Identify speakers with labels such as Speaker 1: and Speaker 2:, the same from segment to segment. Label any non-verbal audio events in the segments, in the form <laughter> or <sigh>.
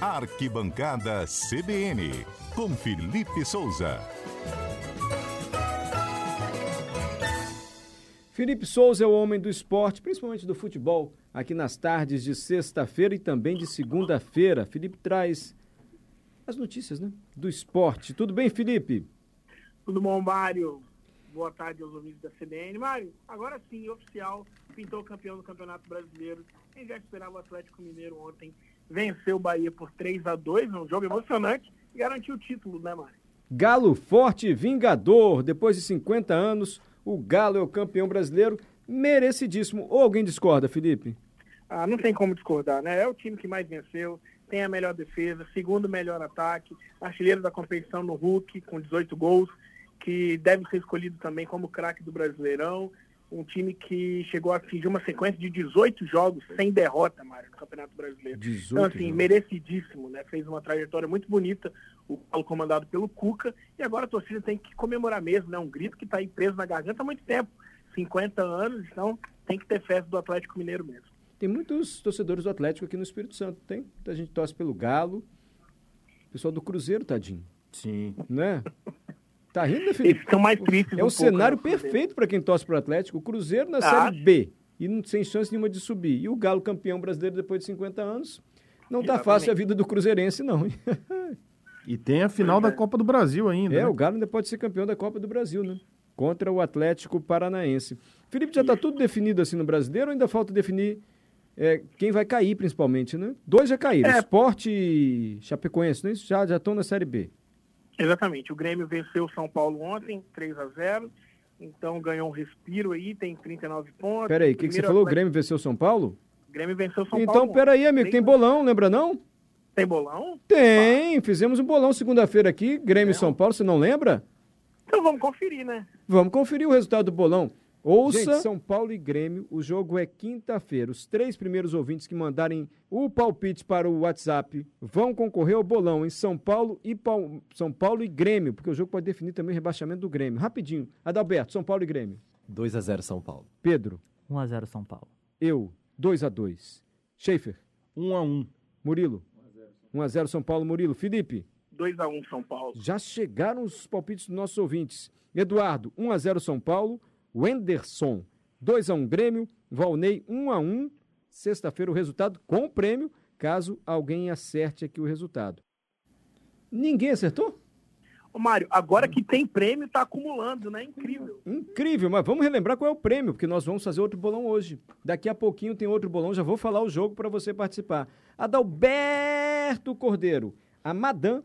Speaker 1: Arquibancada CBN, com Felipe Souza.
Speaker 2: Felipe Souza é o homem do esporte, principalmente do futebol, aqui nas tardes de sexta-feira e também de segunda-feira. Felipe traz as notícias né, do esporte. Tudo bem, Felipe?
Speaker 3: Tudo bom, Mário? Boa tarde aos ouvintes da CBN. Mário, agora sim, oficial, pintou campeão do Campeonato Brasileiro. Quem já esperava o Atlético Mineiro ontem venceu o Bahia por 3 a 2 um jogo emocionante, e garantiu o título, né, Mário?
Speaker 2: Galo forte e vingador. Depois de 50 anos, o Galo é o campeão brasileiro, merecidíssimo. Ou alguém discorda, Felipe?
Speaker 3: Ah, não tem como discordar, né? É o time que mais venceu, tem a melhor defesa, segundo melhor ataque, artilheiro da competição no Hulk, com 18 gols, que deve ser escolhido também como craque do Brasileirão. Um time que chegou a atingir uma sequência de 18 jogos sem derrota, Mário, no Campeonato Brasileiro.
Speaker 2: 18
Speaker 3: então, assim,
Speaker 2: jogos.
Speaker 3: merecidíssimo, né? Fez uma trajetória muito bonita, o Paulo comandado pelo Cuca, e agora a torcida tem que comemorar mesmo, né? Um grito que está aí preso na garganta há muito tempo. 50 anos, então tem que ter festa do Atlético Mineiro mesmo.
Speaker 2: Tem muitos torcedores do Atlético aqui no Espírito Santo, tem? A gente torce pelo Galo. Pessoal do Cruzeiro, tadinho,
Speaker 4: Sim.
Speaker 2: né? Tá rindo, né,
Speaker 3: Eles <laughs>
Speaker 2: Felipe?
Speaker 3: estão mais tristes.
Speaker 2: É o
Speaker 3: um pouco,
Speaker 2: cenário
Speaker 3: né?
Speaker 2: perfeito para quem torce para o Atlético. O Cruzeiro na
Speaker 3: Ah.
Speaker 2: Série B e não sem chance nenhuma de subir. E o Galo campeão brasileiro depois de 50 anos. Não tá
Speaker 3: Exatamente.
Speaker 2: fácil a vida do cruzeirense, não. hein?
Speaker 4: E tem a final da Copa do Brasil ainda.
Speaker 2: É,
Speaker 4: né?
Speaker 2: o Galo ainda pode ser campeão da Copa do Brasil, né? Contra o Atlético Paranaense. Felipe, já tá tudo definido assim no brasileiro ou ainda falta definir é, quem vai cair, principalmente, né? Dois já caíram,
Speaker 3: É.
Speaker 2: Sport e Chapecoense, né? Isso Já já estão na Série B.
Speaker 3: Exatamente. O Grêmio venceu o São Paulo ontem, 3 a 0 Então ganhou um respiro aí, tem 39 pontos.
Speaker 2: Peraí, o que, que você
Speaker 3: Primeiro
Speaker 2: falou? O
Speaker 3: Atlético-
Speaker 2: Grêmio venceu o São Paulo?
Speaker 3: Grêmio venceu o São
Speaker 2: então,
Speaker 3: Paulo. ontem.
Speaker 2: peraí, amigo, tem
Speaker 3: Três-
Speaker 2: bolão, lembra não?
Speaker 3: Tem bolão?
Speaker 2: Tem, fizemos um bolão segunda-feira aqui, Grêmio e São Paulo, você não lembra?
Speaker 3: Então vamos conferir, né?
Speaker 2: Vamos conferir o resultado do bolão. Ouça.
Speaker 4: Gente,
Speaker 2: São Paulo e Grêmio, o jogo é quinta-feira. Os três primeiros ouvintes que mandarem o palpite para o WhatsApp vão concorrer ao bolão em São Paulo e Pal- São Paulo e Grêmio, porque o jogo pode definir também o rebaixamento do Grêmio. Rapidinho. Adalberto, São Paulo e Grêmio.
Speaker 5: 2 a 0 São Paulo.
Speaker 2: Pedro,
Speaker 6: 1x0 São Paulo.
Speaker 2: eu, 2 a 2 Schaefer,
Speaker 4: 1 a 1
Speaker 2: Murilo. 1 a 0 São Paulo, Murilo. Felipe.
Speaker 3: 2 a 1 São Paulo.
Speaker 2: Já chegaram os palpites dos nossos ouvintes. Eduardo, 1x0 São Paulo. Wenderson, 2x1 Grêmio. Valnei, 1x1. Sexta-feira o resultado com o prêmio, caso alguém acerte aqui o resultado. Ninguém acertou?
Speaker 3: Ô, Mário, agora
Speaker 2: Hum.
Speaker 3: que tem prêmio, tá acumulando, né? Incrível.
Speaker 2: Incrível, mas vamos relembrar qual é o prêmio, porque nós vamos fazer outro bolão hoje. Daqui a pouquinho tem outro bolão, já vou falar o jogo para você participar. Adalberto Cordeiro, a Madam,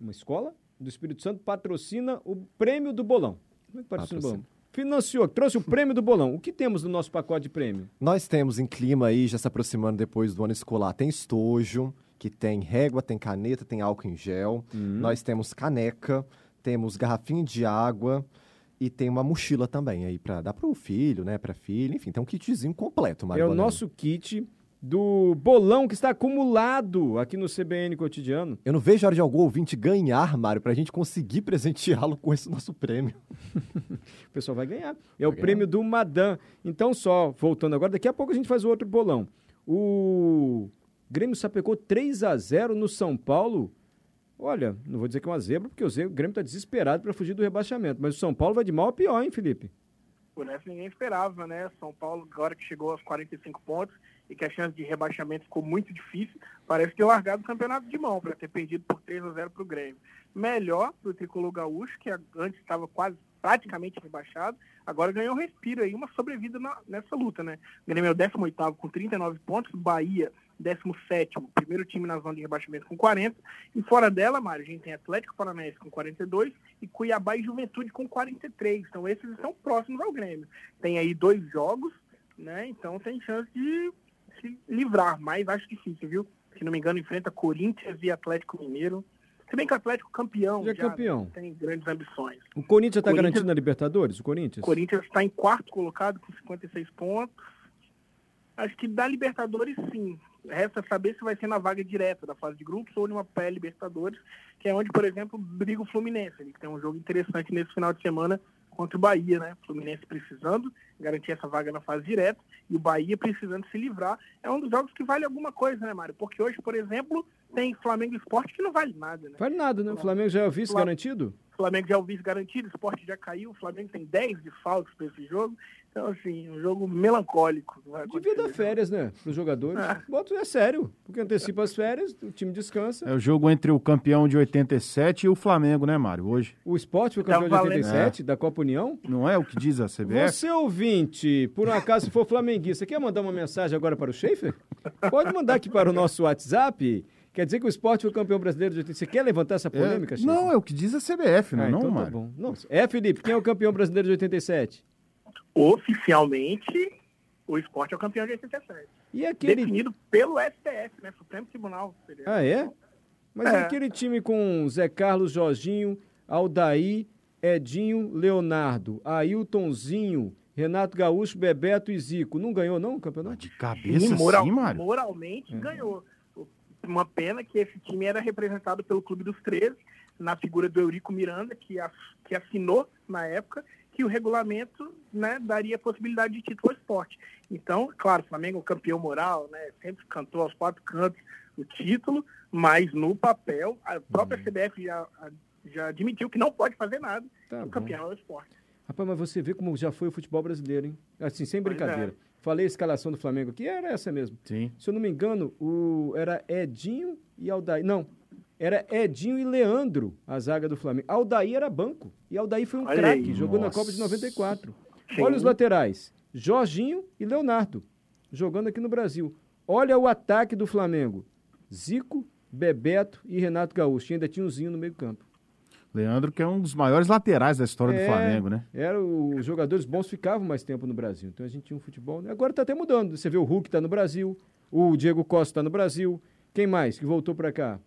Speaker 2: uma escola do Espírito Santo, patrocina o prêmio do bolão. Como é que patrocina o bolão? Financiou, trouxe o prêmio do bolão. O que temos no nosso pacote de prêmio?
Speaker 5: Nós temos em clima aí, já se aproximando depois do ano escolar, tem estojo, que tem régua, tem caneta, tem álcool em gel.
Speaker 4: Uhum.
Speaker 5: Nós temos caneca, temos garrafinha de água e tem uma mochila também aí para dar pro filho, né, pra filha, enfim, tem um kitzinho completo, Mário
Speaker 2: é o
Speaker 5: Bonano.
Speaker 2: nosso kit do bolão que está acumulado aqui no CBN Cotidiano.
Speaker 5: Eu não vejo a hora de algum ouvinte ganhar, Mário, pra gente conseguir <laughs> presenteá-lo com esse nosso prêmio.
Speaker 2: O pessoal vai ganhar. É o
Speaker 5: ganhar.
Speaker 2: prêmio do Madan. Então, só, voltando agora, daqui a pouco a gente faz o outro bolão. O Grêmio sapecou 3 a 0 no São Paulo. Olha, não vou dizer que é uma zebra, porque o Zé- o Grêmio está desesperado para fugir do rebaixamento. Mas o São Paulo vai de mal a pior, hein, Felipe?
Speaker 3: Por essa Assim, ninguém esperava, né? São Paulo, agora que chegou aos 45 pontos e que a chance de rebaixamento ficou muito difícil, parece ter largado o campeonato de mão para ter perdido por 3 a 0 para o Grêmio. Melhor para o Tricolor Gaúcho, que antes estava quase praticamente rebaixado, agora ganhou um respiro aí, uma sobrevida na- nessa luta, né? O Grêmio é o 18 com 39 pontos, Bahia 17, primeiro time na zona de rebaixamento com 40, e fora dela, Mário, a gente tem Atlético Paranaense com 42 e Cuiabá e Juventude com 43. Então esses estão próximos ao Grêmio. Tem aí dois jogos, né? Então tem chance de se livrar, mas acho difícil, viu? Se não me engano, enfrenta Corinthians e Atlético Mineiro. Se bem que o Atlético campeão
Speaker 2: Já é campeão.
Speaker 3: né, tem grandes ambições.
Speaker 2: O Corinthians está
Speaker 3: Corinthians-
Speaker 2: garantido na Libertadores? O Corinthians?
Speaker 3: O Corinthians está em quarto colocado com 56 pontos. Acho que da Libertadores, sim. Resta saber se vai ser na vaga direta da fase de grupos ou numa pré-Libertadores, que é onde, por exemplo, briga o Fluminense, né, que tem um jogo interessante nesse final de semana contra o Bahia, né? O Fluminense precisando garantir essa vaga na fase direta e o Bahia precisando se livrar. É um dos jogos que vale alguma coisa, né, Mário? Porque hoje, por exemplo, tem Flamengo Esporte que não vale nada, né?
Speaker 2: Vale nada, né? O Flamengo já é o vice
Speaker 3: Claro.
Speaker 2: garantido?
Speaker 3: O Flamengo já é o vice garantido, o esporte já caiu, o Flamengo tem 10 de faltas para esse jogo. Então, assim, um jogo melancólico. Vai
Speaker 2: Devia dar
Speaker 3: acontecer.
Speaker 2: férias, né? Para os jogadores.
Speaker 3: Ah.
Speaker 2: Bota é sério, porque antecipa as férias, o time descansa.
Speaker 4: É o jogo entre o campeão de 87 e o Flamengo, né, Mário? Hoje.
Speaker 2: O esporte foi
Speaker 3: Tá
Speaker 2: campeão de
Speaker 3: valendo.
Speaker 2: 87 da Copa União.
Speaker 4: Não é o que diz a CBF?
Speaker 2: Você ouvinte, por um acaso se for flamenguista, quer mandar uma mensagem agora para o Schaefer? Pode mandar aqui para o nosso WhatsApp. Quer dizer que o esporte foi campeão brasileiro de 87. Você quer levantar essa
Speaker 4: É-
Speaker 2: polêmica, Schaefer?
Speaker 4: Não, é o que diz a CBF, né?
Speaker 2: Ah,
Speaker 4: não,
Speaker 2: então tá
Speaker 4: Mário?
Speaker 2: bom. Não. É, Felipe, quem é o campeão brasileiro de 87?
Speaker 3: Oficialmente, o esporte é o campeão de 87.
Speaker 2: E aquele.
Speaker 3: Definido pelo STF, né? Supremo Tribunal Federal.
Speaker 2: Ah, é? Mas e
Speaker 3: É.
Speaker 2: aquele time com Zé Carlos, Jorginho, Aldaí, Edinho, Leonardo, Ailtonzinho, Renato Gaúcho, Bebeto e Zico. Não ganhou, não, o
Speaker 4: Tá
Speaker 2: campeonato?
Speaker 4: De cabeça
Speaker 3: Sim, moral-
Speaker 4: assim, Mário?
Speaker 3: Moralmente
Speaker 2: Hum.
Speaker 3: ganhou. Uma pena que esse time era representado pelo Clube dos 13, na figura do Eurico Miranda, que, a- que assinou na época, que o regulamento né, daria a possibilidade de título ao esporte. Então, claro, o Flamengo é o campeão moral, né, sempre cantou aos quatro cantos o título, mas no papel, a
Speaker 2: Hum.
Speaker 3: própria CBF já, a- já admitiu que não pode fazer nada,
Speaker 2: Tá
Speaker 3: o
Speaker 2: bom.
Speaker 3: campeão é o esporte.
Speaker 2: Rapaz, mas você vê como já foi o futebol brasileiro, hein? Assim, sem
Speaker 3: Pois é.
Speaker 2: brincadeira. Falei a escalação do Flamengo aqui, era essa mesmo.
Speaker 4: Sim.
Speaker 2: Se eu não me engano, o... era Edinho e Aldaí. Não, era Edinho e Leandro, a zaga do Flamengo. Aldaí era banco. E Aldaí foi um
Speaker 3: Olha aí.
Speaker 2: craque, jogou na
Speaker 4: Nossa.
Speaker 2: Copa de 94.
Speaker 3: Sim.
Speaker 2: Olha os laterais. Jorginho e Leonardo, jogando aqui no Brasil. Olha o ataque do Flamengo. Zico, Bebeto e Renato Gaúcho. E ainda tinha um Zinho no meio campo.
Speaker 4: Leandro, que é um dos maiores laterais da história
Speaker 2: É.
Speaker 4: do Flamengo, né?
Speaker 2: Era, o- os jogadores bons ficavam mais tempo no Brasil. Então a gente tinha um futebol. né? Agora tá até mudando. Você vê o Hulk tá no Brasil, o Diego Costa tá no Brasil. Quem mais que voltou pra cá?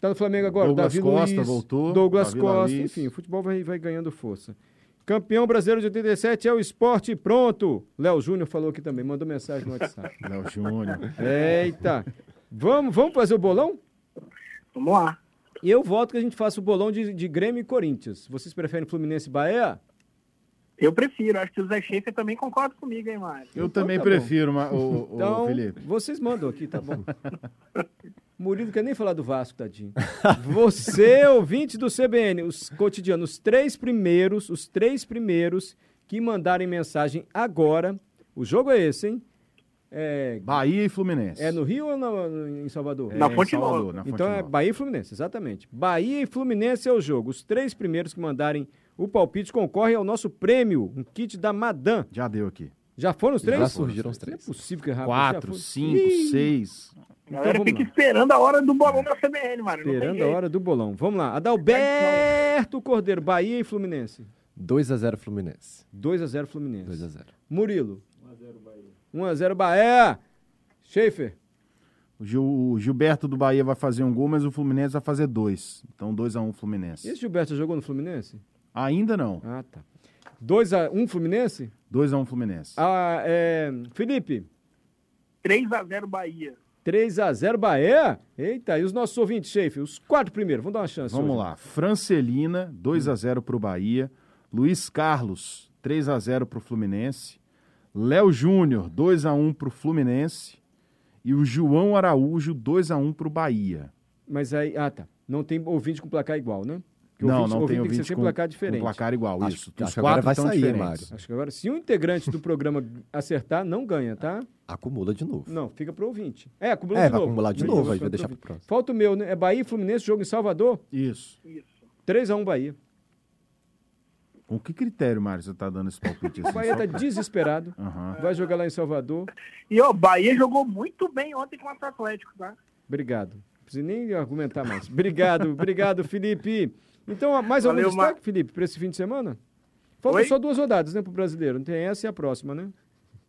Speaker 2: Tá no Flamengo agora,
Speaker 4: Douglas
Speaker 2: Davi
Speaker 4: Costa
Speaker 2: Luiz,
Speaker 4: voltou,
Speaker 2: Douglas
Speaker 4: Davi
Speaker 2: Costa,
Speaker 4: Luiz.
Speaker 2: enfim, o futebol vai, vai ganhando força. Campeão brasileiro de 87 é o esporte, pronto! Léo Júnior falou aqui também, mandou mensagem no <laughs> WhatsApp.
Speaker 4: Léo Júnior.
Speaker 2: Eita! Vamos, vamos fazer o bolão?
Speaker 3: Vamos lá.
Speaker 2: Eu voto que a gente faça o bolão de, de Grêmio e Corinthians. Vocês preferem Fluminense e Bahia?
Speaker 3: Eu prefiro, acho que o Zé Schaefer também concorda comigo, hein, Mário?
Speaker 4: Eu
Speaker 2: Então
Speaker 4: também
Speaker 2: tá bom.
Speaker 4: prefiro, ma- o, o
Speaker 2: Então,
Speaker 4: Felipe.
Speaker 2: vocês mandam aqui, tá bom. <laughs> Murilo quer nem falar do Vasco, tadinho. Você, <laughs> ouvinte do CBN, os cotidianos, os três primeiros, os três primeiros que mandarem mensagem agora. O jogo é esse, hein? É,
Speaker 4: Bahia e Fluminense.
Speaker 2: é no Rio ou na- em Salvador?
Speaker 4: É,
Speaker 3: Na
Speaker 4: em
Speaker 3: Fonte
Speaker 4: Salvador,
Speaker 3: Nova.
Speaker 4: na Fonte
Speaker 2: Então é
Speaker 4: Nova.
Speaker 2: Bahia e Fluminense, exatamente. Bahia e Fluminense é o jogo. Os três primeiros que mandarem o palpite concorrem ao nosso prêmio, um kit da Madan.
Speaker 4: Já deu aqui.
Speaker 2: Já foram os três?
Speaker 5: Já surgiram os
Speaker 2: Não
Speaker 5: três.
Speaker 2: Ah, é possível que rápido.
Speaker 4: Quatro, cinco, seis.
Speaker 3: A galera
Speaker 2: Então vamos
Speaker 3: fica
Speaker 2: lá.
Speaker 3: Então esperando a hora do bolão da CBN, Mário. não tem
Speaker 2: Esperando a
Speaker 3: jeito.
Speaker 2: hora do bolão. Vamos lá. Adalberto Cordeiro, Bahia e Fluminense.
Speaker 5: 2x0 Fluminense.
Speaker 2: 2x0 Fluminense.
Speaker 5: 2x0.
Speaker 2: Murilo. 1x0 Bahia. 1x0 Bahia. Schaefer.
Speaker 4: O, Gil- o Gilberto do Bahia vai fazer um gol, mas o Fluminense vai fazer dois. Então, dois a um Fluminense.
Speaker 2: Esse Gilberto já jogou no Fluminense?
Speaker 4: Ainda não.
Speaker 2: Ah, tá. 2x1 Fluminense?
Speaker 4: Dois a um Fluminense.
Speaker 2: Ah, é... Felipe.
Speaker 3: 3 a 0 Bahia.
Speaker 2: 3x0 Bahia. Eita, e os nossos ouvintes, Schaefer? Os quatro primeiros. Vamos Hum. dar uma chance.
Speaker 4: Vamos
Speaker 2: hoje.
Speaker 4: lá. Francelina, 2 a 0 pro Bahia. Luiz Carlos, 3 a 0 pro Fluminense. Léo Júnior, 2 a 1 pro Fluminense. E o João Araújo, 2 a 1 pro Bahia.
Speaker 2: Mas aí. Ah, tá. Não tem ouvinte com placar igual, né? Porque
Speaker 4: não, não tem
Speaker 2: tem que ser
Speaker 4: ouvinte
Speaker 2: sempre um
Speaker 4: com,
Speaker 2: placar
Speaker 4: com
Speaker 2: diferente.
Speaker 4: placar igual,
Speaker 5: Acho-
Speaker 4: isso.
Speaker 5: acho
Speaker 4: Os
Speaker 5: que agora
Speaker 4: quatro
Speaker 5: vai
Speaker 4: estão
Speaker 5: sair,
Speaker 4: diferentes.
Speaker 5: Mário.
Speaker 2: Acho que agora, se um integrante do programa <laughs> acertar, não ganha, tá?
Speaker 5: Acumula de novo.
Speaker 2: Não, fica pro ouvinte. É, acumula
Speaker 5: É,
Speaker 2: de
Speaker 5: vai
Speaker 2: novo.
Speaker 5: acumular de
Speaker 2: Meu
Speaker 5: novo,
Speaker 2: Deus,
Speaker 5: aí vai
Speaker 2: pro
Speaker 5: deixar pro
Speaker 2: ouvinte.
Speaker 5: próximo.
Speaker 2: Falta o meu, né? É Bahia e Fluminense, jogo em Salvador,
Speaker 4: Isso.
Speaker 3: Isso.
Speaker 2: 3x1 Bahia.
Speaker 4: Com que critério, Mário, você tá dando esse palpite
Speaker 2: <laughs> O
Speaker 4: assim?
Speaker 2: Bahia
Speaker 4: Só-
Speaker 2: tá
Speaker 5: <laughs>
Speaker 2: desesperado,
Speaker 4: Aham.
Speaker 2: vai jogar lá em Salvador.
Speaker 3: E ó, Bahia jogou muito bem ontem contra o Atlético, tá?
Speaker 2: Obrigado. Não preciso nem argumentar mais. Obrigado, obrigado, Felipe. Então, ó, mais algum
Speaker 3: Valeu,
Speaker 2: destaque,
Speaker 3: Mar-
Speaker 2: Felipe, pra esse fim de semana? Faltam
Speaker 3: Oi?
Speaker 2: só duas rodadas, né, pro brasileiro. Não tem essa e a próxima, né?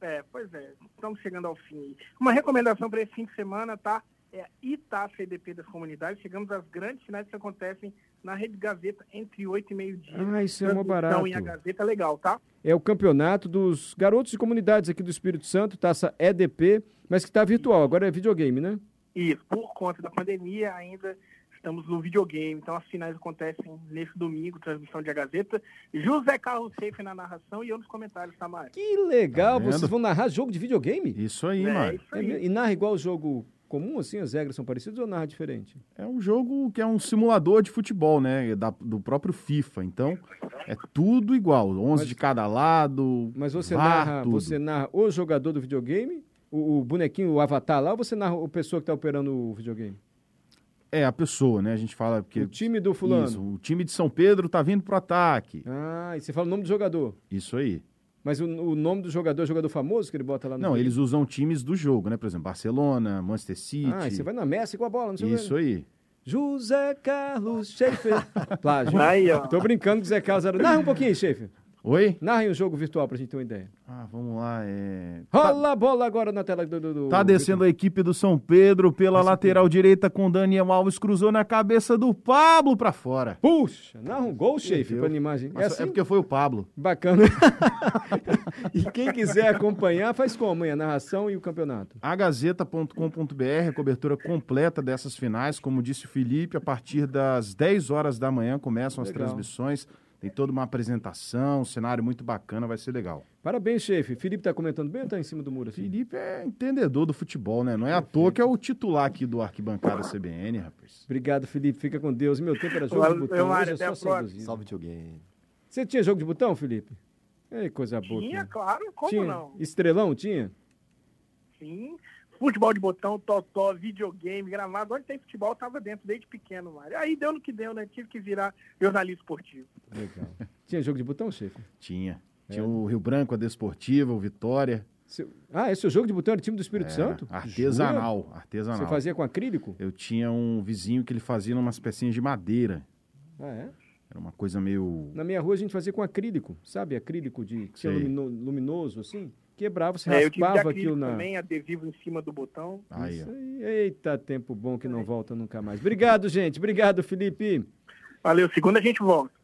Speaker 3: É, pois é. Estamos chegando ao fim. Uma recomendação para esse fim de semana, tá? É a Ita CDP das comunidades. Chegamos às grandes finais que acontecem na Rede Gazeta entre 8 e meio-dia.
Speaker 2: Ah, isso é mó
Speaker 3: uma
Speaker 2: barato.
Speaker 3: Então, e a Gazeta é legal, tá?
Speaker 2: é o campeonato dos garotos de comunidades aqui do Espírito Santo, taça tá EDP, mas que está virtual, agora é videogame, né?
Speaker 3: E por conta da pandemia ainda estamos no videogame. Então as finais acontecem nesse domingo, transmissão de A Gazeta. José Carlos Seife na narração e eu nos comentários, tá, Tamara.
Speaker 2: Que legal,
Speaker 4: Tá vendo?
Speaker 2: vocês vão narrar jogo de videogame?
Speaker 4: Isso aí,
Speaker 3: É,
Speaker 4: mano.
Speaker 3: isso
Speaker 2: É
Speaker 3: aí.
Speaker 2: me- e narra igual o jogo comum, assim? As regras são parecidas ou narra diferente?
Speaker 4: É um jogo que é um simulador de futebol, né? Da- do próprio FIFA. Então, é tudo igual. 11
Speaker 2: Mas-
Speaker 4: de cada lado.
Speaker 2: Mas você
Speaker 4: VAR,
Speaker 2: narra,
Speaker 4: tudo.
Speaker 2: você narra o jogador do videogame, o, o bonequinho, o avatar lá, ou você narra a pessoa que tá operando o videogame?
Speaker 4: É, a pessoa, né? A gente fala
Speaker 2: O
Speaker 4: que.
Speaker 2: time do fulano.
Speaker 4: Isso, o time de São Pedro tá vindo pro ataque.
Speaker 2: Ah, e você fala o nome do jogador.
Speaker 4: Isso aí.
Speaker 2: Mas o, o nome do jogador é jogador famoso que ele bota lá no
Speaker 4: Não,
Speaker 2: videogame?
Speaker 4: eles usam times do jogo, né? Por exemplo, Barcelona, Manchester City.
Speaker 2: Ah, e você vai na Messi com a bola, não sei
Speaker 4: Isso
Speaker 2: o que.
Speaker 4: aí.
Speaker 2: José Carlos
Speaker 4: <laughs>
Speaker 2: Schaefer. Plágio.
Speaker 3: Aí, ó.
Speaker 2: Tô brincando que o Zé Carlos era... Narra um pouquinho, Schaefer.
Speaker 4: Oi?
Speaker 2: Narra aí um jogo virtual pra gente ter uma ideia.
Speaker 4: Ah, vamos lá. É... Tá,
Speaker 2: Rola a bola agora na tela do... do, do-
Speaker 4: tá descendo a equipe do São Pedro pela lateral direita com Daniel Alves. Cruzou na cabeça do Pablo pra fora.
Speaker 2: Puxa, narra um gol, Schaefer,
Speaker 4: Deus.
Speaker 2: pra animagem.
Speaker 4: Mas
Speaker 2: É assim?
Speaker 4: é porque foi o Pablo.
Speaker 2: Bacana.
Speaker 4: <laughs>
Speaker 2: e quem quiser acompanhar, faz como, hein? A narração e o campeonato.
Speaker 4: agazeta.com.br, a cobertura completa dessas finais. Como disse o Felipe, a partir das 10 horas da manhã começam as
Speaker 2: Legal.
Speaker 4: transmissões. Tem toda uma apresentação, um cenário muito bacana, vai ser legal.
Speaker 2: Parabéns, chefe. Felipe tá comentando bem ou tá em cima do muro assim?
Speaker 4: Felipe é entendedor do futebol, né? Não é à toa que é o titular aqui do Arquibancada CBN, rapaz.
Speaker 2: Obrigado, Felipe. Fica com Deus. Meu tempo era jogo
Speaker 3: Valeu,
Speaker 2: de botão. Hoje
Speaker 3: Mário,
Speaker 2: é só
Speaker 3: até a próxima.
Speaker 2: saudosismo.
Speaker 5: Salve videogame.
Speaker 2: Você tinha jogo de botão, Felipe? É coisa boa. cara.
Speaker 3: Tinha, claro, como
Speaker 2: Tinha.
Speaker 3: não?
Speaker 2: Estrelão, tinha?
Speaker 3: Sim. Futebol de botão, totó, videogame, gramado. Onde tem futebol, eu tava dentro desde pequeno, Mário. Aí deu no que deu, né? Tive que virar jornalista esportivo.
Speaker 2: Legal. tinha jogo de botão, chefe?
Speaker 4: Tinha. Tinha
Speaker 2: É.
Speaker 4: o Rio Branco, a Desportiva, o Vitória.
Speaker 2: Seu- Ah, esse seu jogo de botão era time do Espírito
Speaker 4: É,
Speaker 2: Santo?
Speaker 4: Artesanal,
Speaker 2: Jura?
Speaker 4: artesanal.
Speaker 2: Você fazia com acrílico?
Speaker 4: Eu tinha um vizinho que ele fazia umas pecinhas de madeira.
Speaker 2: Ah, é?
Speaker 4: Era uma coisa meio...
Speaker 2: Na minha rua a gente fazia com acrílico, sabe? Acrílico de que é
Speaker 4: Sei.
Speaker 2: lumino- luminoso, assim. Quebrava, se
Speaker 3: É, eu tive de
Speaker 2: raspava aquilo
Speaker 3: acrílico
Speaker 2: na.
Speaker 3: também, adesivo em cima do botão.
Speaker 4: Aí, ó.
Speaker 2: Isso aí. Eita, tempo bom que não volta nunca mais. Obrigado, gente. Obrigado, Felipe.
Speaker 3: Valeu, segunda a gente volta.